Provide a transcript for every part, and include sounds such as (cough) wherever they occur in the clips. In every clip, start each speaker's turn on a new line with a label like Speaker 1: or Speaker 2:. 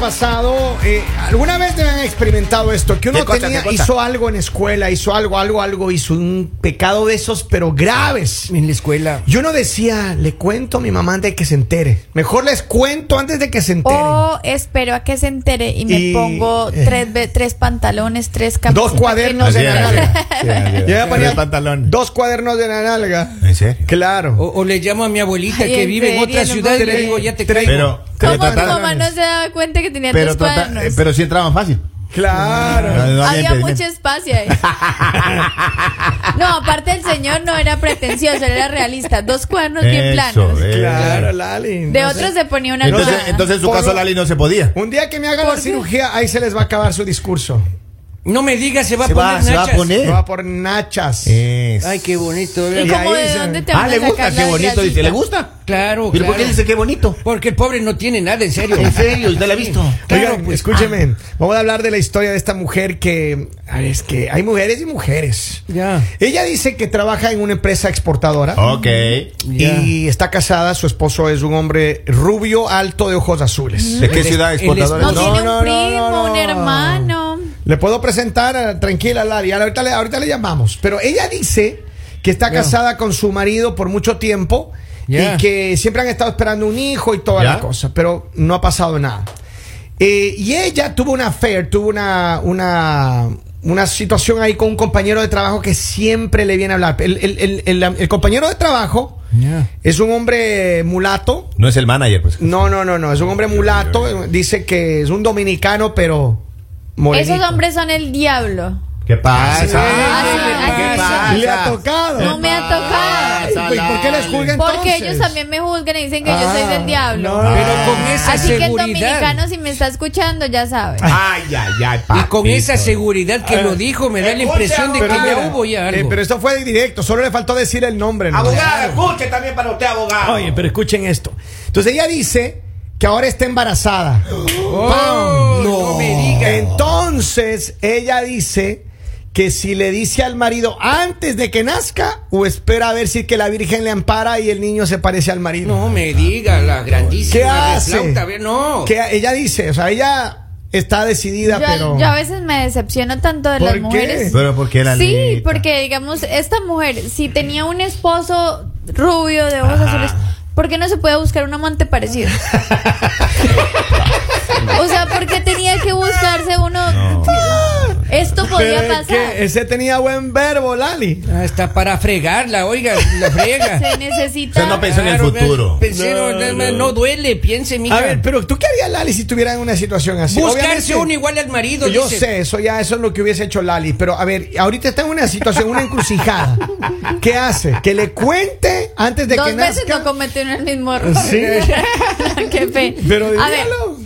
Speaker 1: pasado? eh, ¿Alguna vez te han experimentado esto? Que uno
Speaker 2: ¿Qué cosa,
Speaker 1: tenía,
Speaker 2: qué cosa?
Speaker 1: hizo algo en escuela, hizo algo, algo, algo, hizo un pecado de esos, pero graves.
Speaker 2: En la escuela.
Speaker 1: Yo no decía, le cuento a mi mamá antes de que se entere. Mejor les cuento antes de que se entere.
Speaker 3: O espero a que se entere y me
Speaker 1: Y-
Speaker 4: (laughs)
Speaker 3: pongo
Speaker 1: eh.
Speaker 3: tres, ve- tres pantalones, tres camisetas.
Speaker 1: cuadernos
Speaker 3: que
Speaker 1: de
Speaker 3: no-
Speaker 1: regalo.
Speaker 3: (laughs)
Speaker 1: Yo me
Speaker 4: Yo
Speaker 1: ponía
Speaker 4: el pantalón.
Speaker 1: Dos cuadernos de la nalga.
Speaker 4: ¿En serio?
Speaker 1: Claro.
Speaker 2: O, o le llamo a mi abuelita
Speaker 3: Ay,
Speaker 2: que
Speaker 3: en
Speaker 2: vive en
Speaker 3: serio,
Speaker 2: otra
Speaker 3: no
Speaker 2: ciudad y le
Speaker 1: puedo
Speaker 2: digo, ya te
Speaker 1: creer.
Speaker 2: traigo.
Speaker 4: Pero, pero,
Speaker 3: ¿Cómo tu
Speaker 4: total-
Speaker 3: mamá no se daba cuenta que tenía
Speaker 4: pero,
Speaker 3: tres
Speaker 4: total-
Speaker 3: cuadernos?
Speaker 4: eh, pero sí entraba más fácil.
Speaker 2: Ah,
Speaker 1: Claro.
Speaker 4: No había
Speaker 3: Había
Speaker 4: impedimento.
Speaker 3: mucho espacio
Speaker 4: (laughs)
Speaker 3: ahí. No, aparte el señor no era pretencioso, él era realista. Dos cuadernos bien
Speaker 4: Eso,
Speaker 3: planos.
Speaker 4: eh.
Speaker 1: Claro, Lali.
Speaker 3: De
Speaker 1: no sé.
Speaker 3: otros se ponía una
Speaker 4: Entonces,
Speaker 3: nota.
Speaker 4: entonces en su
Speaker 1: Por
Speaker 4: caso
Speaker 1: un-
Speaker 4: Lali no se podía.
Speaker 1: Un día que me hagan la cirugía, ahí se les va a acabar su discurso.
Speaker 2: No me digas, se va
Speaker 4: Se
Speaker 2: a poner
Speaker 4: va, se va a
Speaker 2: nachas.
Speaker 1: Se
Speaker 4: poner.
Speaker 1: va por nachas.
Speaker 2: Eh.
Speaker 4: Es.
Speaker 2: Ay, qué bonito.
Speaker 3: ¿Y
Speaker 1: Y
Speaker 3: como
Speaker 1: ahí
Speaker 3: de
Speaker 1: se-
Speaker 3: dónde te van
Speaker 4: Ah,
Speaker 3: a
Speaker 4: le gusta,
Speaker 3: sacar
Speaker 4: qué
Speaker 3: las
Speaker 4: bonito. Dice,
Speaker 3: grasitas?
Speaker 4: ¿le gusta?
Speaker 2: Claro,
Speaker 4: ¿Pero por qué
Speaker 2: claro.
Speaker 4: dice qué bonito?
Speaker 2: Porque el pobre no tiene nada, en serio.
Speaker 4: En serio, usted la ha visto.
Speaker 2: Claro,
Speaker 1: Oigan,
Speaker 2: pues.
Speaker 1: escúcheme. Vamos a hablar de la historia de esta mujer que. a ver, es que hay mujeres y mujeres.
Speaker 2: Ya. Oh,
Speaker 1: Ella dice que trabaja en una empresa exportadora.
Speaker 4: Ok.
Speaker 1: Y está casada, su esposo es un hombre rubio, alto, de ojos azules.
Speaker 4: ¿De qué
Speaker 2: El
Speaker 4: ciudad
Speaker 2: es- el
Speaker 4: exportadora?
Speaker 3: No,
Speaker 4: es?
Speaker 2: No,
Speaker 3: tiene un
Speaker 1: no, no,
Speaker 3: primo,
Speaker 1: no, no.
Speaker 3: un hermano.
Speaker 1: Le puedo presentar, a- tranquila Lari, ahorita le, ahorita le llamamos. Pero ella dice que está
Speaker 2: Ya.
Speaker 1: casada con su marido por mucho tiempo
Speaker 2: Ya.
Speaker 1: y que siempre han estado esperando un hijo y toda
Speaker 4: Ya.
Speaker 1: la cosa, pero no ha pasado nada. Eh, y ella tuvo una affair, tuvo una, una, una situación ahí con un compañero de trabajo que siempre le viene a hablar. El, el- el- el- el compañero de trabajo
Speaker 2: Ya.
Speaker 1: es un hombre mulato.
Speaker 4: No es el manager, pues.
Speaker 1: No, no, no, no. Es un hombre mulato. Dice que es un dominicano, pero. morenito.
Speaker 3: Esos hombres son el diablo.
Speaker 4: ¿Qué pasa?
Speaker 3: Ah, sí.
Speaker 4: ¿Qué pasa?
Speaker 3: Ah,
Speaker 1: Le ha tocado.
Speaker 3: No me ha
Speaker 1: Ay,
Speaker 3: tocado.
Speaker 4: pasa,
Speaker 1: pues, ¿Por qué les
Speaker 4: Lali?
Speaker 1: juzgan
Speaker 3: Porque ellos también me juzgan y dicen que yo soy
Speaker 1: Ah,
Speaker 3: del diablo.
Speaker 1: no.
Speaker 2: Pero con
Speaker 4: Ah.
Speaker 2: esa
Speaker 3: Así que el
Speaker 2: seguridad.
Speaker 3: dominicano, si me está escuchando, ya sabe.
Speaker 4: Ay, ay, ay,
Speaker 2: y con
Speaker 4: papito. Ah. Eh,
Speaker 2: esa seguridad que lo dijo, me da la impresión de que
Speaker 1: Pero, mira,
Speaker 2: ya hubo ya
Speaker 1: eh,
Speaker 2: algo.
Speaker 1: pero esto fue directo. Solo le faltó decir el nombre. ¿no?
Speaker 4: escuche también para usted, abogado.
Speaker 1: Oye, pero escuchen esto. Entonces ella dice que ahora está embarazada.
Speaker 2: Oh, no me digas.
Speaker 1: Entonces ella dice que si le dice al marido antes de que nazca o espera a ver si que la Virgen le ampara y el niño se parece al marido.
Speaker 2: No me digas, la grandísima.
Speaker 1: ¿Qué hace?
Speaker 2: flauta, a ver, no.
Speaker 1: Que ella dice, o sea, ella está decidida,
Speaker 3: Yo,
Speaker 1: pero.
Speaker 3: yo a veces me decepciono tanto de
Speaker 1: ¿Por
Speaker 3: las
Speaker 1: qué?
Speaker 3: mujeres.
Speaker 4: Pero ¿por qué la
Speaker 3: Sí,
Speaker 4: neta?
Speaker 3: porque digamos, esta mujer, si tenía un esposo rubio de ojos azules, ¿por qué no se puede buscar un amante parecido?
Speaker 1: (laughs)
Speaker 3: o sea, ¿por qué tenía que buscarse uno? Esto podía
Speaker 1: Pero es
Speaker 3: pasar.
Speaker 1: que ese tenía buen verbo, Lali.
Speaker 2: Ah, Está para fregarla, oiga,
Speaker 3: (laughs)
Speaker 2: la frega.
Speaker 3: Se
Speaker 4: O
Speaker 3: necesita.
Speaker 4: sea, no pensó en el
Speaker 2: Claro,
Speaker 4: futuro.
Speaker 2: pensé, no, no, no duele, piense, mija.
Speaker 1: A ver, pero ¿tú qué harías, Lali, si tuviera una situación así?
Speaker 2: Buscarse
Speaker 1: Obviamente,
Speaker 2: uno igual al marido.
Speaker 1: Yo
Speaker 2: dice.
Speaker 1: sé, eso ya, eso es lo que hubiese hecho Lali. Pero a ver, ahorita está en una situación, una
Speaker 3: (laughs)
Speaker 1: encrucijada. ¿Qué hace? Que le cuente antes de que
Speaker 3: Dos veces
Speaker 1: nazca.
Speaker 3: no cometió el mismo error.
Speaker 1: Sí.
Speaker 3: (laughs) Qué fe.
Speaker 1: Pero
Speaker 3: a ver,
Speaker 1: dígalo.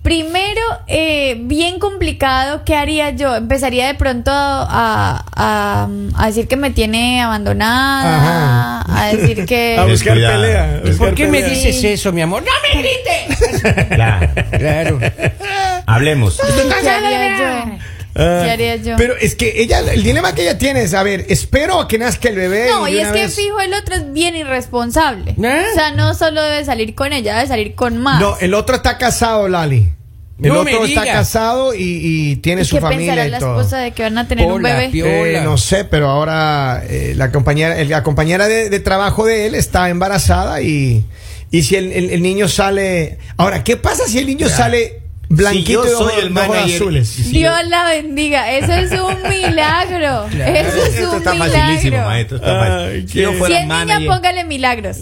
Speaker 3: Primero, eh, bien complicado, ¿qué haría yo? Empezaría de pronto a, a- a decir que me tiene abandonada, a decir
Speaker 1: (laughs) A
Speaker 3: que...
Speaker 1: buscar
Speaker 4: Descuidado.
Speaker 1: pelea. a
Speaker 4: ¿Por
Speaker 1: buscar
Speaker 2: ¿Por qué me
Speaker 1: pelea.
Speaker 2: dices eso, mi amor? ¡No me grites! Claro.
Speaker 4: Hablemos.
Speaker 3: ¿Qué haría yo? ¿Qué haría yo?
Speaker 1: Ah. Pero es que ella, el dilema que ella tiene es, a ver, espero a que nazca el bebé.
Speaker 3: No,
Speaker 1: de
Speaker 3: y es
Speaker 1: una
Speaker 3: que
Speaker 1: vez-
Speaker 3: fijo, el otro es bien irresponsable.
Speaker 2: ¿Eh?
Speaker 3: O sea, no solo debe salir con ella, debe salir con más.
Speaker 1: No, el otro está casado, Lali. El
Speaker 2: No me
Speaker 1: otro está
Speaker 2: digas.
Speaker 1: casado y, y tiene
Speaker 3: ¿Y
Speaker 1: su
Speaker 3: qué
Speaker 1: familia
Speaker 3: pensará
Speaker 1: y
Speaker 3: la
Speaker 1: todo.
Speaker 3: esposa de que van a tener un
Speaker 2: Hola,
Speaker 3: bebé?
Speaker 2: pio-
Speaker 1: Eh,
Speaker 2: Hola.
Speaker 1: no sé, pero ahora eh, la compañera, el- la compañera de, de trabajo de él está embarazada y, y si el, el- el niño sale. Ahora, ¿qué pasa si el niño sale blanquito
Speaker 4: Si
Speaker 1: y
Speaker 4: yo
Speaker 1: de ojos-
Speaker 4: soy el
Speaker 1: de ojos
Speaker 4: manager-
Speaker 1: azules?
Speaker 3: (laughs)
Speaker 4: Sí,
Speaker 3: Dios la bendiga, eso es un milagro. Eso es
Speaker 4: Esto
Speaker 3: un
Speaker 4: está
Speaker 3: milagro.
Speaker 4: facilísimo, maestro. Está
Speaker 1: Ay,
Speaker 4: fácil.
Speaker 1: qué-
Speaker 4: Si yo
Speaker 3: Si
Speaker 4: fuera
Speaker 3: es niña,
Speaker 4: manager.
Speaker 3: póngale milagros.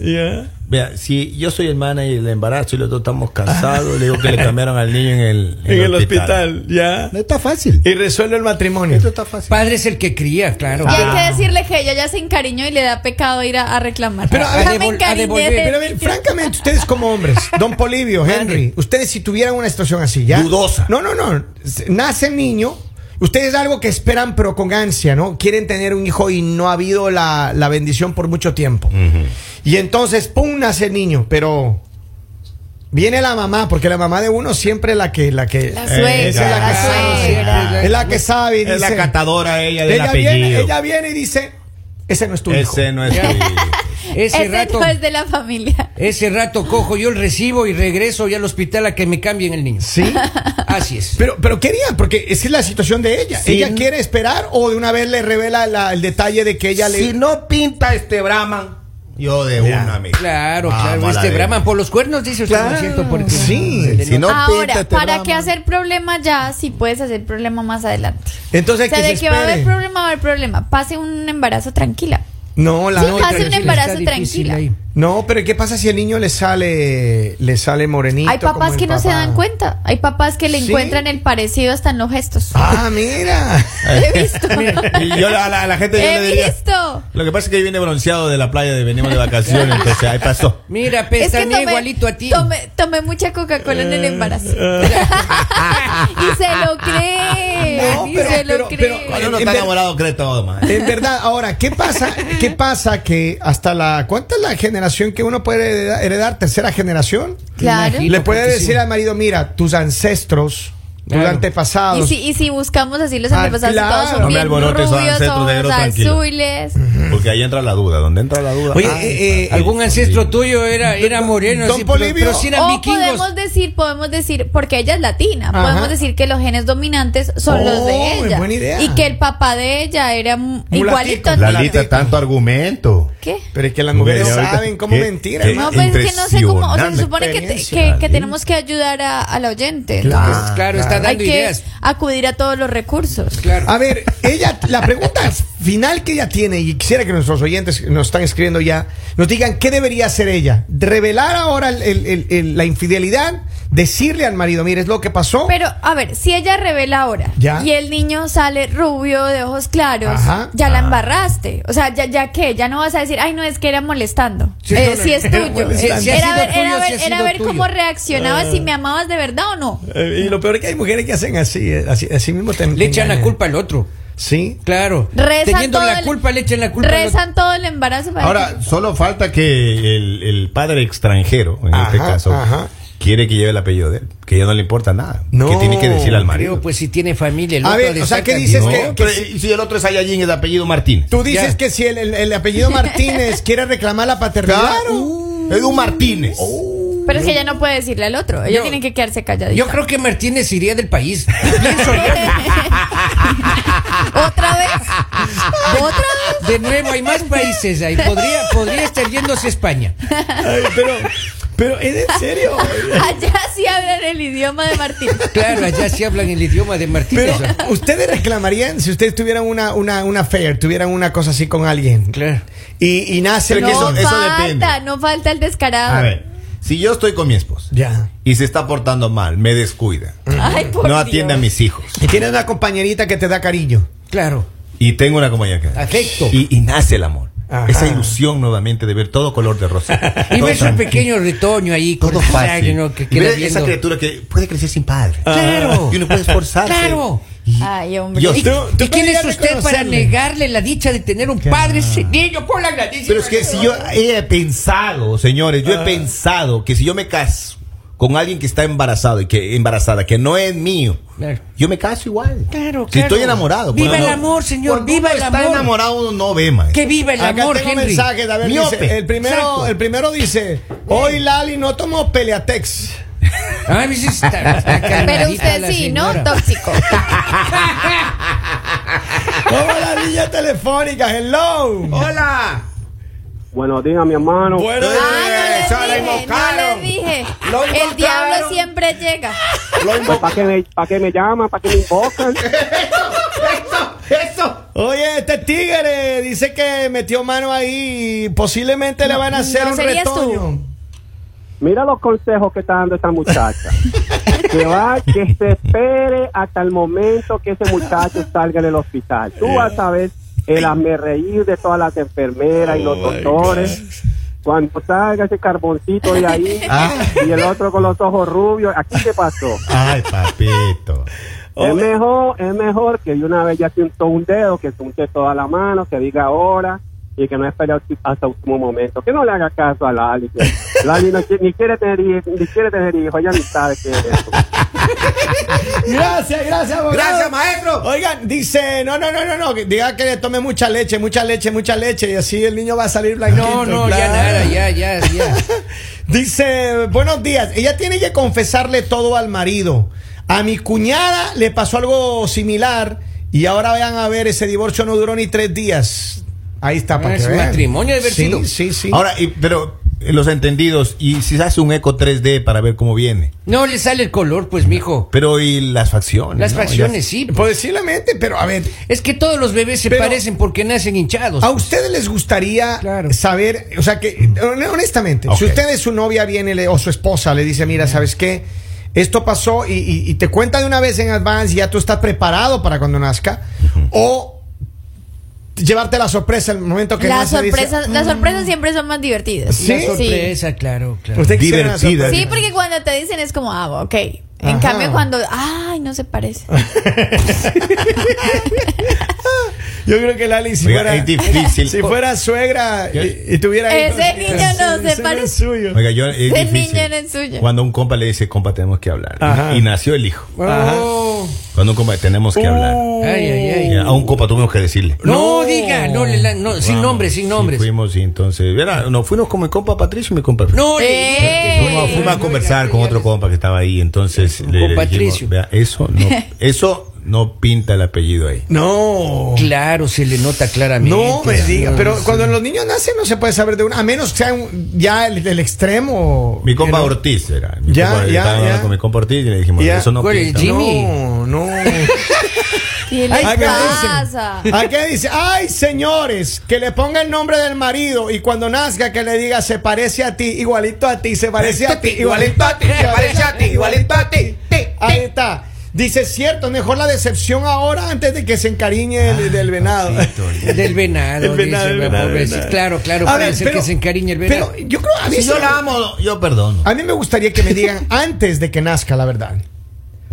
Speaker 4: Vea, si yo soy el manager del embarazo y los dos estamos casados, le digo que le cambiaron al niño en el, en el
Speaker 1: ya.
Speaker 4: No está fácil.
Speaker 1: Y resuelve el matrimonio.
Speaker 4: Esto está fácil.
Speaker 2: Padre es el que cría, claro.
Speaker 3: Y hay que decirle que ella ya se encariñó y le da pecado ir a, a reclamar.
Speaker 2: Pero, a
Speaker 3: Ya
Speaker 2: devol-
Speaker 3: me
Speaker 2: a
Speaker 3: encariñé
Speaker 2: devolver.
Speaker 3: de-
Speaker 1: Pero a ver, francamente, ustedes como hombres, don Polivio, Henry, ustedes si tuvieran una situación así, ¿ya?
Speaker 4: Dudosa.
Speaker 1: No, no, no. S- Nace el niño. Ustedes algo que esperan, pero con ansia, ¿no? Quieren tener un hijo y no ha habido la, la bendición por mucho tiempo.
Speaker 4: Mm.
Speaker 1: Y entonces, pum, nace el niño, pero. Viene la mamá, porque la mamá de uno siempre es la que. La, que,
Speaker 3: La
Speaker 1: Eh,
Speaker 3: suegra,
Speaker 1: esa es la
Speaker 3: la
Speaker 1: que sabe.
Speaker 3: suegra.
Speaker 1: Es la que sabe. y
Speaker 4: Es la
Speaker 1: dice-
Speaker 4: catadora ella del
Speaker 1: ella,
Speaker 4: apellido.
Speaker 1: viene, ella viene y dice: Ese no es tu hijo.
Speaker 4: Ese no es tu hijo.
Speaker 5: Ese
Speaker 3: Ese
Speaker 5: rato-
Speaker 3: no este es de la familia.
Speaker 5: Ese rato cojo yo el recibo y regreso ya al hospital a que me cambien el niño.
Speaker 1: Sí.
Speaker 5: Así es.
Speaker 1: Pero, pero quería, porque esa es la situación de ella.
Speaker 4: Sí.
Speaker 1: ¿Ella quiere esperar o de una vez le revela la- el detalle de que ella
Speaker 2: Si
Speaker 1: le.
Speaker 2: no pinta este Brahman, yo de una, amigo.
Speaker 5: Claro,
Speaker 2: Ah,
Speaker 5: claro.
Speaker 2: mala
Speaker 5: Este
Speaker 2: de-
Speaker 5: Brahman por los cuernos dice usted, ¿no es cierto? Porque
Speaker 1: sí,
Speaker 5: se le
Speaker 2: si no- pinta
Speaker 3: pues, Ahora,
Speaker 2: este
Speaker 3: ¿para
Speaker 2: drama.
Speaker 4: (laughs)
Speaker 3: qué hacer problema ya si puedes hacer problema más adelante?
Speaker 1: Entonces,
Speaker 3: O sea,
Speaker 1: que se
Speaker 3: de que va a haber
Speaker 1: espere.
Speaker 3: problema, va a haber problema. Pase un embarazo tranquila.
Speaker 1: No, la
Speaker 3: Sí,
Speaker 1: otra-
Speaker 3: pase un
Speaker 5: Está
Speaker 3: embarazo
Speaker 5: difícil
Speaker 3: tranquila.
Speaker 5: ahí.
Speaker 1: No, pero ¿qué pasa si el niño le sale, le sale morenito?
Speaker 3: Hay
Speaker 1: como
Speaker 3: papás
Speaker 1: el
Speaker 3: que no se
Speaker 1: papá?
Speaker 3: dan cuenta. Hay papás que le
Speaker 1: Sí.
Speaker 3: encuentran el parecido hasta en los gestos.
Speaker 1: Ah, mira.
Speaker 3: He visto.
Speaker 4: Y yo a la, a la gente yo
Speaker 3: He
Speaker 4: le diría,
Speaker 3: visto.
Speaker 4: Lo que pasa es que viene bronceado de la playa, de venimos de vacaciones, entonces ahí pasó.
Speaker 5: Mira, pestañe
Speaker 3: tomé-
Speaker 5: igualito a ti.
Speaker 3: Tomé, tomé mucha Coca-Cola en el
Speaker 1: Eh. (laughs)
Speaker 3: embarazo. y se lo cree.
Speaker 1: No,
Speaker 3: y
Speaker 1: pero-
Speaker 3: se lo
Speaker 1: pero-
Speaker 3: cree.
Speaker 1: pero-
Speaker 4: Cuando uno
Speaker 1: En
Speaker 4: está
Speaker 1: ver-
Speaker 4: enamorado cree todo, man.
Speaker 1: En verdad, ahora, ¿qué pasa?
Speaker 3: (laughs)
Speaker 1: ¿Qué pasa que hasta la cuánta es la generación que uno puede hereda- heredar, tercera generación?
Speaker 3: claro.
Speaker 5: Imagino.
Speaker 1: Le puede
Speaker 5: Importantísimo.
Speaker 1: decir al marido, mira, tus ancestros, tus
Speaker 5: Claro.
Speaker 1: antepasados.
Speaker 3: Y si, y si buscamos así los
Speaker 1: Ah,
Speaker 3: antepasados, todos
Speaker 1: claro.
Speaker 3: son
Speaker 1: No me
Speaker 3: bien
Speaker 4: alborotes, esos
Speaker 3: rubios,
Speaker 4: ancestros
Speaker 3: ojos
Speaker 4: negros, tranquilo.
Speaker 3: azules.
Speaker 4: Eh, Porque ahí entra la duda. ¿Dónde entra la duda?
Speaker 5: Oye,
Speaker 4: Ay,
Speaker 5: eh, eh,
Speaker 4: ay,
Speaker 5: algún
Speaker 4: ay,
Speaker 5: ancestro
Speaker 4: ay.
Speaker 5: tuyo era, era moreno,
Speaker 1: Don
Speaker 5: así, pero,
Speaker 1: Polibio.
Speaker 5: pero si eran
Speaker 3: O
Speaker 5: vikingos.
Speaker 3: podemos decir, podemos decir, porque ella es latina,
Speaker 1: Ajá.
Speaker 3: podemos decir que los genes dominantes son
Speaker 1: Oh,
Speaker 3: los de ella.
Speaker 1: buena idea.
Speaker 3: Y que el papá de ella era mm,
Speaker 1: Mulatico.
Speaker 3: igualito a
Speaker 1: Lalita.
Speaker 3: mí.
Speaker 1: Lalito.
Speaker 2: Lalita, tanto argumento.
Speaker 3: ¿Qué?
Speaker 1: Pero es que las mujeres
Speaker 4: Mira, ahorita-
Speaker 1: saben cómo
Speaker 4: ¿Qué-
Speaker 1: mentir,
Speaker 4: qué-
Speaker 1: hermano.
Speaker 3: No, pues es que no sé cómo. O sea, se
Speaker 4: Impresionante
Speaker 3: supone que, te-
Speaker 1: experiencia,
Speaker 3: que- que
Speaker 1: ¿sí?
Speaker 3: tenemos que ayudar a, a la oyente.
Speaker 1: Claro.
Speaker 4: Ah.
Speaker 5: Pues, claro, está
Speaker 3: Entonces,
Speaker 5: dando
Speaker 3: hay que
Speaker 5: ideas.
Speaker 3: acudir a todos los recursos.
Speaker 4: Ah,
Speaker 5: Claro.
Speaker 1: A ver, ella, la pregunta final que ella tiene, y quisiera que nuestros oyentes que nos están escribiendo ya, nos digan qué debería hacer ella. ¿Revelar ahora el- el- el- el- la infidelidad? ¿Decirle al marido, mire, es lo que pasó?
Speaker 3: Pero, a ver, si ella revela ahora
Speaker 1: Ya.
Speaker 3: y el niño sale rubio, de ojos claros,
Speaker 1: Ajá.
Speaker 3: ya
Speaker 5: Ah.
Speaker 3: la embarraste. O sea, ya, ya que, ya no vas a decir, ay, no, es que era molestando.
Speaker 1: Sí,
Speaker 3: Eh,
Speaker 1: no, no,
Speaker 3: si es
Speaker 1: era
Speaker 3: tuyo. Eh,
Speaker 1: molestando.
Speaker 5: Si ha
Speaker 3: Era
Speaker 5: sido
Speaker 3: ver,
Speaker 5: tuyo,
Speaker 3: era
Speaker 5: si
Speaker 3: ver,
Speaker 5: ha
Speaker 3: era
Speaker 5: sido
Speaker 3: ver
Speaker 5: tuyo. Ah.
Speaker 3: cómo reaccionabas, si me amabas de verdad o no.
Speaker 1: Eh, y lo peor es que hay mujeres que hacen así, eh, así, así mismo te- te
Speaker 5: Le echan la
Speaker 1: engañan.
Speaker 5: culpa al otro.
Speaker 1: Sí.
Speaker 5: Claro.
Speaker 3: Rezan
Speaker 5: Teniendo
Speaker 3: todo
Speaker 5: la
Speaker 3: el-
Speaker 5: culpa, le echan la culpa al otro.
Speaker 3: Rezan todo el embarazo para
Speaker 4: Ahora, solo falta que el, el padre extranjero, en este
Speaker 1: Ajá,
Speaker 4: caso,
Speaker 1: ajá.
Speaker 4: quiere que lleve el apellido de él. Que ya no le importa nada.
Speaker 1: No,
Speaker 4: que tiene que decirle al marido.
Speaker 5: Creo, pues si tiene familia, el
Speaker 1: A
Speaker 5: otro
Speaker 1: ver,
Speaker 5: le
Speaker 1: o sea,
Speaker 5: saca-
Speaker 1: ¿qué dices
Speaker 4: No,
Speaker 1: que- que
Speaker 4: pero,
Speaker 1: si-
Speaker 4: y si el otro es Ayallín, es de apellido Martínez.
Speaker 1: Tú dices
Speaker 5: Ya.
Speaker 1: que si el, el- el apellido Martínez quiere reclamar la paternidad.
Speaker 4: Claro. Edu Martínez.
Speaker 3: Pero es que ella no puede decirle al otro. Ellos
Speaker 5: Yo-
Speaker 3: tienen que quedarse calladitos.
Speaker 5: Yo creo que Martínez iría
Speaker 4: (laughs)
Speaker 5: del país.
Speaker 3: (laughs) ¿Otra vez? ¿Otra vez?
Speaker 5: De nuevo, hay más países ahí. Podría, podría estar yéndose a España.
Speaker 1: Ay, pero, pero es en (laughs) serio.
Speaker 3: Allá sí hablan el idioma de Martín.
Speaker 5: Claro, allá sí hablan el idioma de
Speaker 1: Pero
Speaker 5: Martínez.
Speaker 1: ustedes reclamarían si ustedes tuvieran una, una, una affair, tuvieran una cosa así con alguien.
Speaker 5: Claro.
Speaker 1: Y, y nace el
Speaker 4: Pero
Speaker 3: No
Speaker 4: que eso- eso
Speaker 3: falta,
Speaker 4: depende.
Speaker 3: no falta el descarado.
Speaker 4: A ver, si yo estoy con mi esposa
Speaker 1: Ya.
Speaker 4: y se está portando mal, me descuida,
Speaker 3: Ay, por
Speaker 4: no atiende
Speaker 3: Dios.
Speaker 4: a mis hijos
Speaker 1: Y tienes una compañerita que te da cariño.
Speaker 5: Claro.
Speaker 4: y tengo una compañía que
Speaker 5: Afecto.
Speaker 4: y, y nace el amor.
Speaker 1: Ajá.
Speaker 4: Esa ilusión nuevamente de ver todo color de rosa.
Speaker 5: (laughs) Y
Speaker 4: Todo
Speaker 5: ves un
Speaker 4: tranquilo,
Speaker 5: pequeño retoño ahí con
Speaker 4: Todo
Speaker 5: el sangre,
Speaker 4: fácil.
Speaker 5: ¿no? que
Speaker 4: y
Speaker 5: queda
Speaker 4: ver esa
Speaker 5: viendo.
Speaker 4: criatura que puede crecer sin padre.
Speaker 5: Claro.
Speaker 4: Y uno puede esforzarse.
Speaker 5: Claro.
Speaker 4: Y-
Speaker 3: Ay, hombre.
Speaker 4: Yo-
Speaker 5: ¿Y,
Speaker 1: Tú- tú
Speaker 5: y quién es
Speaker 1: podrías
Speaker 5: usted para
Speaker 1: reconocerle.
Speaker 5: negarle la dicha de tener un padre senillo por la grandísima?
Speaker 4: Pero es que si yo he pensado, señores, yo he
Speaker 5: Ah.
Speaker 4: pensado que si yo me caso con alguien que está embarazado y que embarazada, que no es mío,
Speaker 5: Claro.
Speaker 4: yo me caso igual.
Speaker 5: Claro,
Speaker 4: Si
Speaker 5: claro.
Speaker 4: estoy enamorado.
Speaker 5: Viva
Speaker 4: cuando
Speaker 5: el
Speaker 4: uno-
Speaker 5: amor, señor,
Speaker 4: cuando
Speaker 5: viva
Speaker 4: uno
Speaker 5: el
Speaker 4: está
Speaker 5: amor.
Speaker 4: enamorado uno no ve, maestro.
Speaker 5: Que viva el
Speaker 1: Acá
Speaker 5: amor,
Speaker 1: tengo
Speaker 5: Henry.
Speaker 1: mensajes, a ver, dice,
Speaker 4: Miope.
Speaker 1: el primero,
Speaker 4: Exacto.
Speaker 1: el primero dice, hoy Lali no tomó peleatex.
Speaker 5: Ay, sí, está- está
Speaker 3: Pero
Speaker 5: calmadita
Speaker 3: usted
Speaker 5: la
Speaker 3: sí, ¿no?
Speaker 5: señora.
Speaker 3: Tóxico.
Speaker 1: Hola la línea telefónica, hello.
Speaker 4: ¡Hola!
Speaker 6: Buenos días, mi hermano.
Speaker 4: Oh, Bueno,
Speaker 3: Ah,
Speaker 4: eh,
Speaker 3: no
Speaker 4: la
Speaker 3: les dije, no
Speaker 4: invocaron.
Speaker 3: les dije.
Speaker 4: Lo
Speaker 3: El
Speaker 4: invocaron.
Speaker 3: diablo siempre llega.
Speaker 4: Lo invo-
Speaker 6: ¿Para qué, me, Pues, pa' qué me llaman? ¿Para qué me invocan?
Speaker 4: ¡Eso!
Speaker 1: Oye, este tigre dice que metió mano ahí y posiblemente le van a hacer
Speaker 3: no
Speaker 1: un
Speaker 3: serías tú.
Speaker 1: retoño.
Speaker 6: Mira los consejos que está dando esta muchacha. Que va, que se espere hasta el momento que ese muchacho salga del hospital. Tú vas a ver el reír de todas las enfermeras y los doctores. Cuando salga ese carboncito de ahí y el otro con los ojos rubios, aquí qué pasó.
Speaker 4: ¡Ay, papito!
Speaker 6: Es mejor, es mejor que de una vez ya siento un dedo, que unte toda la mano, que diga ahora y que no espere hasta- hasta último momento. Que no le haga caso a Lali. que Lali no, qui- ni, quiere tener, hij- ni quiere tener hijos, ella ni sabe qué es eso.
Speaker 1: Gracias, gracias, abogado.
Speaker 4: Gracias, maestro.
Speaker 1: Oigan, dice, no, no, no, no, no, que diga que le tome mucha leche, mucha leche, mucha leche, y así el niño va a salir blanquito.
Speaker 5: No, no, ya
Speaker 1: claro.
Speaker 5: nada, ya, ya, ya.
Speaker 1: Dice, buenos días, ella tiene que confesarle todo al marido. A mi cuñada le pasó algo similar, y ahora vean a ver, ese divorcio no duró ni tres días. Ahí está, para
Speaker 5: Ah, Es
Speaker 1: que
Speaker 5: un
Speaker 1: vean.
Speaker 5: matrimonio de haber
Speaker 1: Sí,
Speaker 5: sido.
Speaker 1: sí, sí.
Speaker 4: Ahora, y- pero eh, los entendidos, y si se hace un eco 3D para ver cómo viene.
Speaker 5: No le sale el color, pues, mijo.
Speaker 4: Pero y las facciones.
Speaker 5: Las
Speaker 4: ¿no?
Speaker 5: facciones,
Speaker 4: Ya-
Speaker 5: sí. pues.
Speaker 1: posiblemente, pero a ver,
Speaker 5: Es que todos los bebés se
Speaker 1: Pero-
Speaker 5: parecen porque nacen hinchados.
Speaker 1: ¿A ustedes les gustaría
Speaker 5: Claro.
Speaker 1: saber, o sea que, honestamente, si
Speaker 4: Ok.
Speaker 1: usted es su novia viene le- o su esposa le dice, mira, ¿sabes qué? Esto pasó y, y- y te cuenta de una vez en advance y ya tú estás preparado para cuando nazca, o llevarte la sorpresa en el momento que
Speaker 3: Las
Speaker 1: nace, dice,
Speaker 3: sorpresas, las sorpresas siempre son más divertidas.
Speaker 1: Sí.
Speaker 5: La sorpresa, claro, claro.
Speaker 1: "Usted quisiera una
Speaker 4: Divertida.
Speaker 1: sorpresa".
Speaker 3: Sí, porque cuando te dicen es como, ah, ok. En
Speaker 1: Ajá.
Speaker 3: cambio, cuando, ay, no se parece.
Speaker 1: Yo creo que Lali, (laughs) si
Speaker 4: Oiga,
Speaker 1: fuera,
Speaker 4: es difícil.
Speaker 1: si fuera suegra y, y tuviera
Speaker 3: Ese niño no se
Speaker 1: ese es
Speaker 3: parece.
Speaker 1: suyo.
Speaker 4: Oiga, yo es
Speaker 3: Ese
Speaker 4: difícil.
Speaker 3: niño era el suyo.
Speaker 4: Cuando un compa le dice, compa, tenemos que hablar.
Speaker 1: Ajá.
Speaker 4: Y nació el hijo.
Speaker 5: Oh.
Speaker 4: Cuando un compa, tenemos que hablar.
Speaker 5: Ay, ay, ay.
Speaker 4: Ya, a un compa tuvimos que decirle.
Speaker 5: Uh. No, diga, no, le la- no, sin
Speaker 4: Vamos,
Speaker 5: nombres, sin
Speaker 4: sí,
Speaker 5: nombres.
Speaker 4: fuimos y entonces, verá, nos fuimos con mi compa Patricio y mi compa.
Speaker 5: no,
Speaker 3: Eh.
Speaker 4: Fuimos, fuimos a conversar con otro compa que estaba ahí, entonces le,
Speaker 5: Con
Speaker 4: le dijimos,
Speaker 5: Patricio.
Speaker 4: "Vea, eso
Speaker 5: (laughs)
Speaker 4: no, eso no pinta el apellido ahí.
Speaker 1: No.
Speaker 5: Claro, se le nota claramente.
Speaker 1: Oh. No me diga,
Speaker 5: No,
Speaker 1: pero
Speaker 5: sí.
Speaker 1: cuando los niños nacen no se puede saber de una, a menos que sea un- ya el, el extremo.
Speaker 4: Mi compa
Speaker 1: Pero-
Speaker 4: Ortiz era. Mi
Speaker 1: Ya,
Speaker 4: compa-
Speaker 1: ya,
Speaker 4: estaba hablando
Speaker 1: ya.
Speaker 4: con mi compa Ortiz y le dijimos,
Speaker 1: Ya.
Speaker 4: eso no
Speaker 5: ¿Cuál es
Speaker 4: pinta.
Speaker 5: Jimmy?
Speaker 1: No,
Speaker 5: (laughs)
Speaker 1: no.
Speaker 3: ¿Qué les
Speaker 1: Ay, ¿qué
Speaker 3: pasa?
Speaker 1: dicen? ¿A qué dice? Ay, señores, que le ponga el nombre del marido y cuando nazca que le diga se parece a ti, igualito a ti, se parece a ti, igualito a ti, se parece a ti, igualito a ti. Ahí está. Dice, cierto, mejor la decepción ahora antes de que se encariñe el- del venado.
Speaker 5: Del
Speaker 1: (laughs)
Speaker 5: venado.
Speaker 1: El venado,
Speaker 5: dice,
Speaker 1: el
Speaker 5: la
Speaker 1: venado, el
Speaker 5: pobrecita.
Speaker 1: venado.
Speaker 5: Claro, claro,
Speaker 1: A
Speaker 5: puede
Speaker 1: ver,
Speaker 5: ser
Speaker 1: pero-
Speaker 5: que se encariñe el venado.
Speaker 1: Pero yo creo a mí
Speaker 4: Si yo
Speaker 1: se-
Speaker 4: la amo, yo perdono.
Speaker 1: A mí me gustaría que me
Speaker 4: (laughs)
Speaker 1: digan antes de que nazca, la verdad.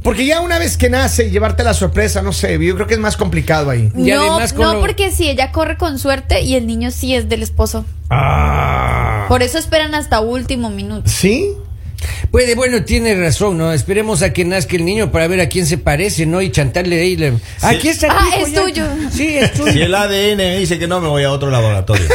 Speaker 1: Porque ya una vez que nace y llevarte la sorpresa, no sé, yo creo que es más complicado ahí.
Speaker 5: (laughs) Y
Speaker 3: No,
Speaker 5: además con
Speaker 3: no,
Speaker 5: lo-
Speaker 3: porque si ella corre con suerte y el niño sí es del esposo.
Speaker 5: Ah.
Speaker 3: Por eso esperan hasta último minuto.
Speaker 1: ¿Sí?
Speaker 5: Puede, bueno, tiene razón, ¿no? Esperemos a que nazca el niño para ver a quién se parece, ¿no? Y chantarle ahí. le- Aquí está tu
Speaker 3: Ah,
Speaker 5: hijo
Speaker 3: es
Speaker 5: ya.
Speaker 3: tuyo.
Speaker 5: Sí, es tuyo.
Speaker 4: Si el ADN me dice que no, me voy a otro laboratorio.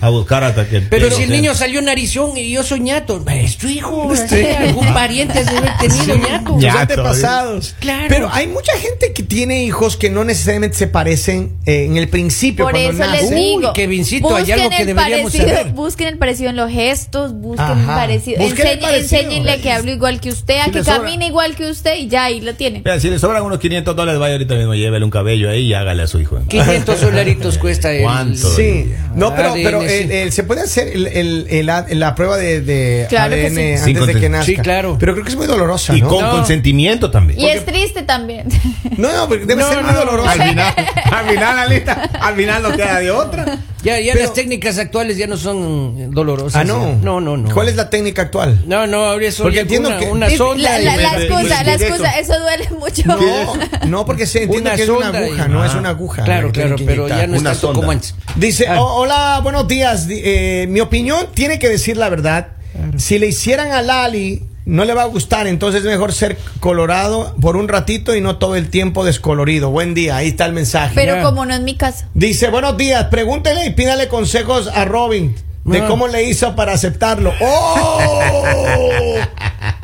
Speaker 4: a buscar hasta que...
Speaker 5: Pero si el niño salió narizón y yo soy ñato, es tu hijo. sí, Algún pariente se haber tenido ñato.
Speaker 4: Ya,
Speaker 1: Los antepasados.
Speaker 4: antepasados.
Speaker 5: Claro.
Speaker 1: Pero hay mucha gente que tiene hijos que no necesariamente se parecen eh, en el principio
Speaker 3: Por
Speaker 1: cuando
Speaker 3: eso les
Speaker 1: nacen.
Speaker 5: Uy,
Speaker 3: digo.
Speaker 5: Kevincito, hay algo que
Speaker 3: el
Speaker 5: deberíamos
Speaker 3: parecido,
Speaker 5: saber.
Speaker 3: Busquen el parecido en los gestos, busquen
Speaker 1: Ajá.
Speaker 3: el parecido.
Speaker 1: Busquen el
Speaker 3: Enseñe-
Speaker 1: parecido.
Speaker 3: Enséñenle a que hablo igual que usted, a
Speaker 4: Si
Speaker 3: que
Speaker 4: le sobra.
Speaker 3: camine igual que usted y ya ahí lo tienen.
Speaker 4: Vea, si le sobran unos 500 dólares, vaya ahorita mismo, llévele un cabello ahí y hágale a su hijo.
Speaker 5: 500 solaritos cuesta el...
Speaker 4: ¿Cuánto?
Speaker 1: Sí, no,
Speaker 4: Ah,
Speaker 1: pero,
Speaker 5: ADN,
Speaker 1: pero
Speaker 5: sí.
Speaker 1: el- el- se puede hacer el- el- el a- la prueba de, de
Speaker 3: Claro que
Speaker 1: ADN
Speaker 3: sí.
Speaker 1: antes
Speaker 4: Cinco,
Speaker 1: de que
Speaker 4: tres.
Speaker 1: nazca.
Speaker 5: Sí, claro.
Speaker 1: Pero creo que es muy dolorosa,
Speaker 4: Y
Speaker 1: ¿no?
Speaker 4: con
Speaker 5: No.
Speaker 4: consentimiento también.
Speaker 3: Y
Speaker 5: (laughs)
Speaker 3: es triste también. (laughs)
Speaker 1: No, no, porque debe
Speaker 5: No,
Speaker 1: ser muy
Speaker 5: no.
Speaker 1: dolorosa.
Speaker 4: Al final, al final, la lista, al final no queda de otra.
Speaker 5: Ya, ya
Speaker 1: Pero-
Speaker 5: las técnicas actuales ya no son dolorosas.
Speaker 1: Ah, no.
Speaker 5: ya. No, no, no.
Speaker 1: ¿Cuál es la técnica actual?
Speaker 5: No, no, ahora es
Speaker 1: Porque
Speaker 5: oye,
Speaker 1: entiendo
Speaker 5: una,
Speaker 1: que-
Speaker 5: una sonda.
Speaker 3: la, la-
Speaker 5: y-
Speaker 3: la
Speaker 4: me-
Speaker 3: excusa,
Speaker 4: me-
Speaker 3: la
Speaker 4: directo.
Speaker 3: excusa, eso duele mucho. (laughs)
Speaker 1: No, no, porque se entiende
Speaker 5: Una
Speaker 1: que es una
Speaker 5: sonda y-
Speaker 1: aguja, no
Speaker 4: Ah.
Speaker 1: es una aguja.
Speaker 5: Claro,
Speaker 1: que tienen
Speaker 5: claro,
Speaker 1: que
Speaker 5: pero
Speaker 1: inyectar.
Speaker 5: ya no es
Speaker 4: Una
Speaker 5: tanto
Speaker 4: sonda.
Speaker 5: como antes.
Speaker 1: Dice,
Speaker 5: Ah.
Speaker 1: "Oh, hola, buenos días. Di- eh, mi opinión tiene que decir la verdad. Si le hicieran a Lali, no le va a gustar, entonces es mejor ser colorado por un ratito y no todo el tiempo descolorido. Buen día, ahí está el mensaje.
Speaker 3: Pero como no es mi caso.
Speaker 1: Dice, buenos días, pregúntele y pídale consejos a Robin de
Speaker 5: Ah.
Speaker 1: cómo le hizo para aceptarlo.
Speaker 5: (laughs)
Speaker 1: ¡Oh!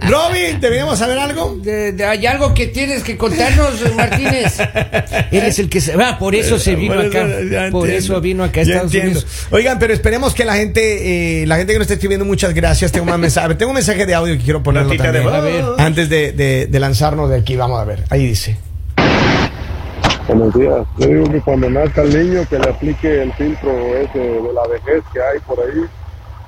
Speaker 1: Robin, ¿deberíamos saber algo?
Speaker 5: De- de- hay algo que tienes que contarnos, (laughs) Martínez. Eres el que se va, por eso se vino
Speaker 1: Por
Speaker 5: acá.
Speaker 1: eso, ya
Speaker 5: por
Speaker 1: entiendo.
Speaker 5: eso vino acá a
Speaker 1: Ya
Speaker 5: Estados
Speaker 1: entiendo.
Speaker 5: Unidos.
Speaker 1: Oigan, pero esperemos que la gente, eh, la gente que nos está escribiendo, muchas gracias. Tengo más mensaje. (laughs) A ver, Tengo un mensaje de audio que quiero ponerlo
Speaker 4: Notita de
Speaker 1: también.
Speaker 4: voz.
Speaker 1: A ver, Antes de, de- de lanzarnos de aquí, vamos a ver. Ahí dice.
Speaker 7: Buenos días. Le digo que cuando nazca el niño que le aplique el filtro ese de la vejez que hay por ahí.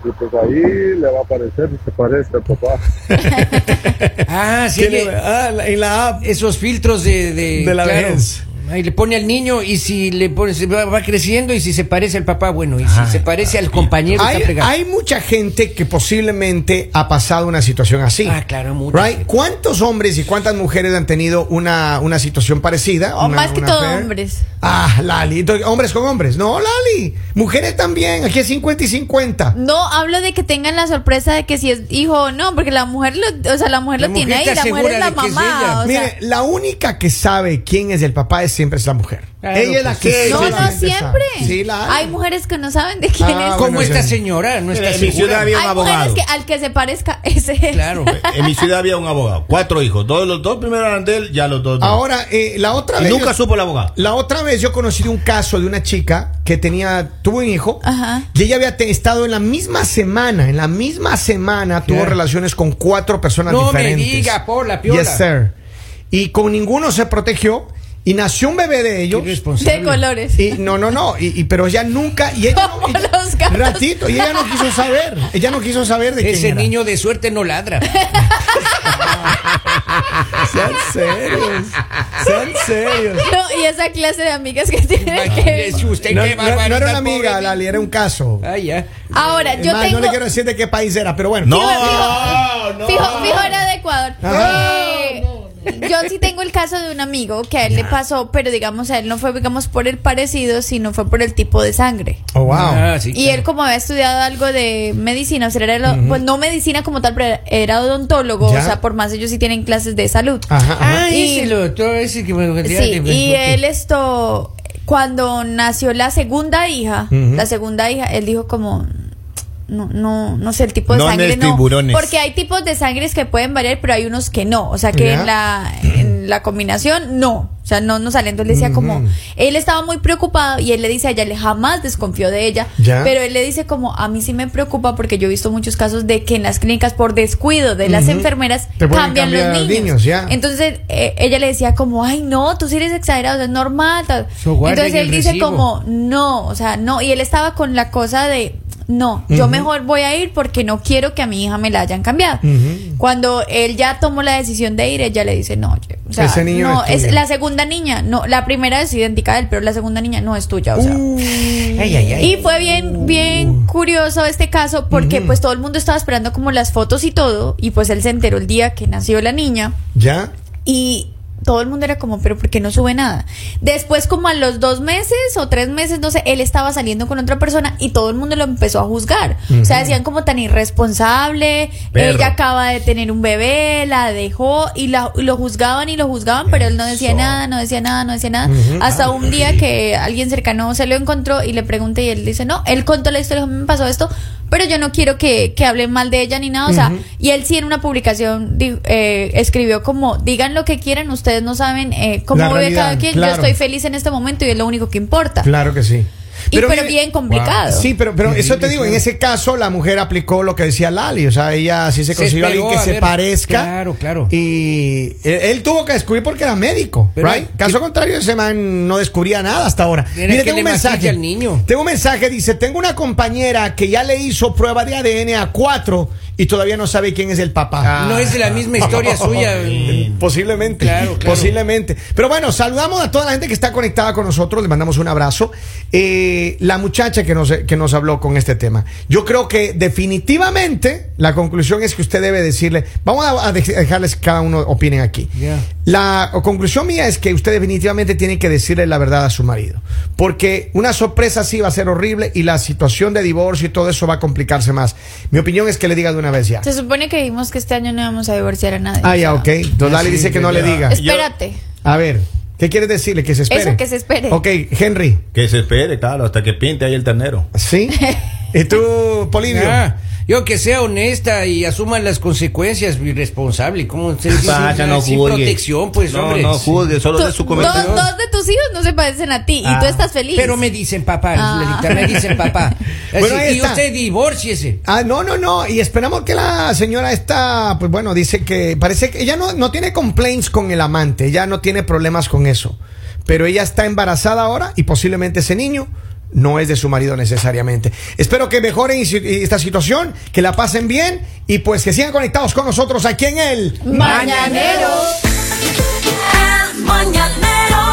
Speaker 7: Y pues ahí le va a parecer, se parece al papá.
Speaker 5: Ah, sí.
Speaker 1: Tiene-
Speaker 5: oye,
Speaker 1: ah, la- en la app.
Speaker 5: Esos filtros de. De,
Speaker 1: De la
Speaker 5: claro,
Speaker 1: vejez.
Speaker 5: Ahí le pone al niño y si le pone, se va, va creciendo y si se parece al papá, bueno, y si se parece al compañero,
Speaker 1: Hay,
Speaker 5: está pegado.
Speaker 1: hay mucha gente que posiblemente ha pasado una situación así.
Speaker 5: Ah, claro, mucha
Speaker 1: Right?
Speaker 5: gente.
Speaker 1: ¿Cuántos hombres y cuántas mujeres han tenido una, una situación parecida?
Speaker 3: O
Speaker 1: Una-
Speaker 3: más que
Speaker 1: una
Speaker 3: todo
Speaker 1: affair.
Speaker 3: hombres.
Speaker 1: Ah, Lali. Entonces, hombres con hombres. No, Lali. Mujeres también. Aquí es 50 y 50.
Speaker 3: No hablo de que tengan la sorpresa de que si es hijo o no, porque la mujer lo, o sea, la mujer
Speaker 5: La
Speaker 3: lo tiene
Speaker 5: mujer
Speaker 3: ahí,
Speaker 5: está
Speaker 3: la mujer es
Speaker 5: segura
Speaker 3: la
Speaker 5: de que es
Speaker 3: mamá.
Speaker 5: ella.
Speaker 3: o sea,
Speaker 1: Mire, la única que sabe quién es el papá es siempre es la mujer.
Speaker 5: Claro,
Speaker 1: Ella es la
Speaker 5: pues,
Speaker 1: que
Speaker 4: sí,
Speaker 3: no,
Speaker 4: sí,
Speaker 3: no
Speaker 1: solamente
Speaker 3: siempre.
Speaker 1: sabe. Sí, la
Speaker 3: hay mujeres que no saben de quién
Speaker 1: Ah,
Speaker 3: es.
Speaker 5: ¿Cómo
Speaker 1: bueno,
Speaker 5: esta
Speaker 1: sí.
Speaker 5: señora? No está
Speaker 4: En mi ciudad
Speaker 5: segura.
Speaker 4: había un
Speaker 3: Hay mujeres
Speaker 4: abogado.
Speaker 3: que al que se parezca ese.
Speaker 5: Claro.
Speaker 4: En mi ciudad había un abogado. Cuatro hijos. Dos, los dos primeros eran de él, ya los dos. no.
Speaker 1: Ahora, eh, la otra
Speaker 4: y
Speaker 1: vez.
Speaker 4: nunca
Speaker 1: yo-
Speaker 4: supo el abogado.
Speaker 1: La otra vez yo conocí de un caso de una chica que tenía, tuvo un hijo
Speaker 3: Ajá.
Speaker 1: y ella había te- estado en la misma semana, en la misma semana tuvo
Speaker 5: Claro.
Speaker 1: relaciones con cuatro personas
Speaker 5: No me
Speaker 1: diferentes.
Speaker 5: diga, por la piola.
Speaker 1: Yes, sir. Y con ninguno se protegió y nació un bebé de ellos.
Speaker 5: Qué irresponsable.
Speaker 3: De colores.
Speaker 1: Y no, no, no. Y, y- pero ella nunca. Y
Speaker 5: (laughs)
Speaker 1: ella no,
Speaker 3: Como
Speaker 1: ella-
Speaker 3: los gatos.
Speaker 1: ratito, y ella no quiso saber. Ella no quiso saber de quién
Speaker 5: Ese
Speaker 1: era.
Speaker 5: niño de suerte no
Speaker 3: (laughs)
Speaker 5: ladra.
Speaker 1: Sean serios. Sean serios.
Speaker 3: No, y esa clase de amigas que tiene que.
Speaker 5: Imagínese usted
Speaker 1: No,
Speaker 5: qué
Speaker 1: no- no era una
Speaker 5: barbaridad,
Speaker 1: amiga,
Speaker 5: pobre
Speaker 1: Lali,
Speaker 5: niño.
Speaker 1: era un caso.
Speaker 5: Ah, ya.
Speaker 3: Ahora,
Speaker 1: Es
Speaker 3: yo
Speaker 1: más,
Speaker 3: tengo.
Speaker 1: no le quiero decir de qué país era, pero bueno.
Speaker 4: No,
Speaker 3: Fijo,
Speaker 4: no.
Speaker 3: Fijo, fijo era de Ecuador. Eh, Yo sí tengo el caso de un amigo que a él le pasó, pero digamos, a él no fue digamos por el parecido, sino fue por el tipo de sangre.
Speaker 1: Oh, wow.
Speaker 5: Ah, sí,
Speaker 3: Y
Speaker 5: claro.
Speaker 3: él como había estudiado algo de medicina, o sea, era lo- pues, no medicina como tal, pero era odontólogo,
Speaker 1: Ya.
Speaker 3: o sea, por más ellos sí tienen clases de salud.
Speaker 1: Ajá, ajá.
Speaker 5: Ah,
Speaker 3: Y-
Speaker 5: ese el otro, ese que me
Speaker 3: Sí, y él esto, cuando nació la segunda hija,
Speaker 1: Ujú.
Speaker 3: la segunda hija, él dijo como, no, no, no sé, el tipo de
Speaker 4: No en
Speaker 3: sangre
Speaker 4: el
Speaker 3: no.
Speaker 4: tiburones.
Speaker 3: Porque hay tipos de sangres que pueden variar, pero hay unos que no. O sea, que
Speaker 1: Ya.
Speaker 3: en, la, en la combinación, no. O sea, no nos sale. Entonces le decía como,
Speaker 1: Ujú.
Speaker 3: él estaba muy preocupado y él le dice a ella, él jamás desconfió de ella.
Speaker 1: Ya.
Speaker 3: Pero él le dice como, a mí sí me preocupa porque yo he visto muchos casos de que en las clínicas, por descuido de las
Speaker 1: Ujú.
Speaker 3: enfermeras,
Speaker 1: Te pueden
Speaker 3: cambian
Speaker 1: cambiar a
Speaker 3: los
Speaker 1: los
Speaker 3: niños.
Speaker 1: niños, ya.
Speaker 3: Entonces, entonces eh, ella le decía como, ay no, tú sí eres exagerado, o sea, es normal. tal.
Speaker 5: So, guarden
Speaker 3: Entonces él
Speaker 5: el
Speaker 3: dice
Speaker 5: recibo.
Speaker 3: como, no, o sea, no. Y él estaba con la cosa de, no, yo mejor voy a ir porque no quiero que a mi hija me la hayan cambiado.
Speaker 1: Ujú.
Speaker 3: Cuando él ya tomó la decisión de ir, ella le dice, no, yo- o sea,
Speaker 1: Ese niño
Speaker 3: no,
Speaker 1: es tuyo.
Speaker 3: es la segunda niña, no, la primera es idéntica a él, pero la segunda niña no es tuya, o sea. Y fue bien, bien curioso este caso porque pues todo el mundo estaba esperando como las fotos y todo y pues él se enteró el día que nació la niña
Speaker 1: ¿Ya?
Speaker 3: y todo el mundo era como, pero ¿por qué no sube nada? Después, como a los dos meses o tres meses, no sé, él estaba saliendo con otra persona y todo el mundo lo empezó a juzgar. O sea, decían como tan irresponsable,
Speaker 4: Perro.
Speaker 3: ella acaba de tener un bebé, la dejó y, la, y lo juzgaban y lo juzgaban, pero él no decía
Speaker 4: Eso.
Speaker 3: nada, no decía nada, no decía nada.
Speaker 1: Ujú. Ah,
Speaker 3: Hasta un día que alguien cercano se lo encontró y le pregunté y él dice, no, él contó la historia, me pasó esto, pero yo no quiero que, que hablen mal de ella ni nada. O sea, y él sí en una publicación di- eh, escribió como, digan lo que quieran, ustedes no saben eh, cómo
Speaker 1: La
Speaker 3: ve
Speaker 1: realidad,
Speaker 3: cada quien,
Speaker 1: claro.
Speaker 3: yo estoy feliz en este momento y es lo único que importa.
Speaker 1: Claro que sí.
Speaker 3: Y pero
Speaker 1: mire-
Speaker 3: bien complicado.
Speaker 1: Sí, pero, pero eso te digo, en ese caso la mujer aplicó lo que decía Lali, o sea, ella sí se
Speaker 5: Se
Speaker 1: consiguió a alguien
Speaker 5: esperó
Speaker 1: que
Speaker 5: a
Speaker 1: se
Speaker 5: ver,
Speaker 1: parezca.
Speaker 5: claro, claro.
Speaker 1: Y él, él tuvo que descubrir porque era médico,
Speaker 5: Pero-
Speaker 1: right? Caso contrario, ese man no descubría nada hasta ahora.
Speaker 5: Era
Speaker 1: Mire,
Speaker 5: que
Speaker 1: tengo un
Speaker 5: le maquilla
Speaker 1: mensaje.
Speaker 5: al niño.
Speaker 1: Tengo un mensaje, dice, tengo una compañera que ya le hizo prueba de ADN a cuatro y todavía no sabe quién es el papá.
Speaker 5: No es la misma historia suya.
Speaker 1: (laughs) Posiblemente.
Speaker 5: Claro, claro.
Speaker 1: Posiblemente. Pero bueno, saludamos a toda la gente que está conectada con nosotros. Les mandamos un abrazo. Eh, la muchacha que nos, que nos habló con este tema. Yo creo que definitivamente la conclusión es que usted debe decirle. Vamos a, a dej- dejarles que cada uno opinen aquí.
Speaker 5: Ya.
Speaker 1: La conclusión mía es que usted definitivamente tiene que decirle la verdad a su marido. Porque una sorpresa así va a ser horrible y la situación de divorcio y todo eso va a complicarse más. Mi opinión es que le diga de una vez ya.
Speaker 3: Se supone que dijimos que este año no íbamos a divorciar a nadie.
Speaker 1: Ah, ya,
Speaker 3: o
Speaker 1: ok.
Speaker 3: sea,
Speaker 1: Entonces, Lali dice que no le diga.
Speaker 3: Espérate.
Speaker 1: A ver, ¿qué quieres decirle? Que se espere.
Speaker 3: Eso, que se espere.
Speaker 1: Ok, Henry.
Speaker 4: Que se espere, claro, hasta que pinte ahí el ternero.
Speaker 3: (laughs)
Speaker 1: ¿Sí? ¿Y tú, Polivio?
Speaker 5: Ah, yo que sea honesta y asuma las consecuencias, irresponsable. ¿Cómo se dice?
Speaker 4: Pacha, no
Speaker 5: Sin
Speaker 4: juzgue.
Speaker 5: protección, pues,
Speaker 4: no,
Speaker 5: hombre.
Speaker 4: No juzgue, solo de
Speaker 3: Tú-
Speaker 4: su
Speaker 3: dos,
Speaker 4: comentario.
Speaker 3: dos de tus hijos no se parecen a ti
Speaker 1: Ah,
Speaker 3: y tú estás feliz.
Speaker 5: Pero me dicen papá,
Speaker 3: Ah.
Speaker 5: Lalita, me dicen papá. Así,
Speaker 1: Bueno, ahí
Speaker 5: y
Speaker 1: está.
Speaker 5: usted divórciese.
Speaker 1: Ah, no, no, no. Y esperamos que la señora está, pues bueno, dice que parece que ella no, no tiene complaints con el amante, ella no tiene problemas con eso. Pero ella está embarazada ahora y posiblemente ese niño no es de su marido necesariamente. Espero que mejoren y si- y esta situación, que la pasen bien y pues que sigan conectados con nosotros aquí en el
Speaker 3: Mañanero.
Speaker 8: El mañanero.